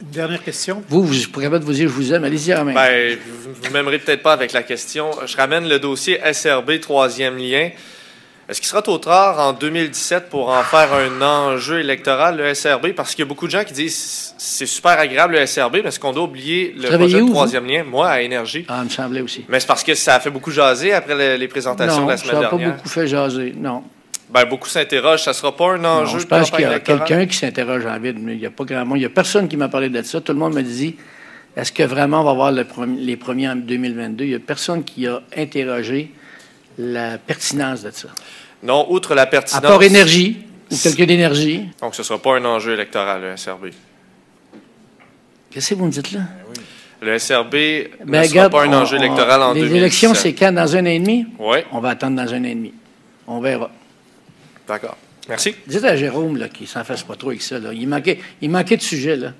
Dernière question. Vous, vous pourrez pas de vous dire je vous aime, allez-y à la main. Ben, vous vous m'aimerez peut-être pas avec la question. Je ramène le dossier SRB, troisième lien. Est-ce qu'il sera trop tard en 2017 pour en faire un enjeu électoral, le SRB? Parce qu'il y a beaucoup de gens qui disent c'est super agréable le SRB, mais est-ce qu'on doit oublier le Travaillez projet où, de vous? troisième lien? Moi, à Énergie. Ah, il me semblait aussi. Mais c'est parce que ça a fait beaucoup jaser après le- les présentations de Non, la ça semaine n'a pas dernière. beaucoup fait jaser. Non. Ben, beaucoup s'interrogent. Ça sera pas un Non, enjeu je de pense campagne qu'il y a électorale? quelqu'un qui s'interroge en vide, mais il n'y a pas grand monde. Il n'y a personne qui m'a parlé de ça. Tout le monde me dit est-ce que vraiment on va avoir le premi- les premiers en 2022 Il n'y a personne qui a interrogé la pertinence de ça. Non, outre la À pertinence. part énergie, ou quelqu'un d'énergie. Donc, ce sera pas un enjeu électoral, le SRB. Qu'est-ce que vous me dites là Le SRB Ben, ne sera regarde, pas un on- enjeu électoral on- en Les 2017. élections, c'est quand Dans un an et demi Oui, On va attendre dans un an et demi. On verra. d'accord. Merci. Dites à Jérôme là, qu'il s'en fasse pas trop avec ça. là. Il, manquait, il manquait de sujet. Là.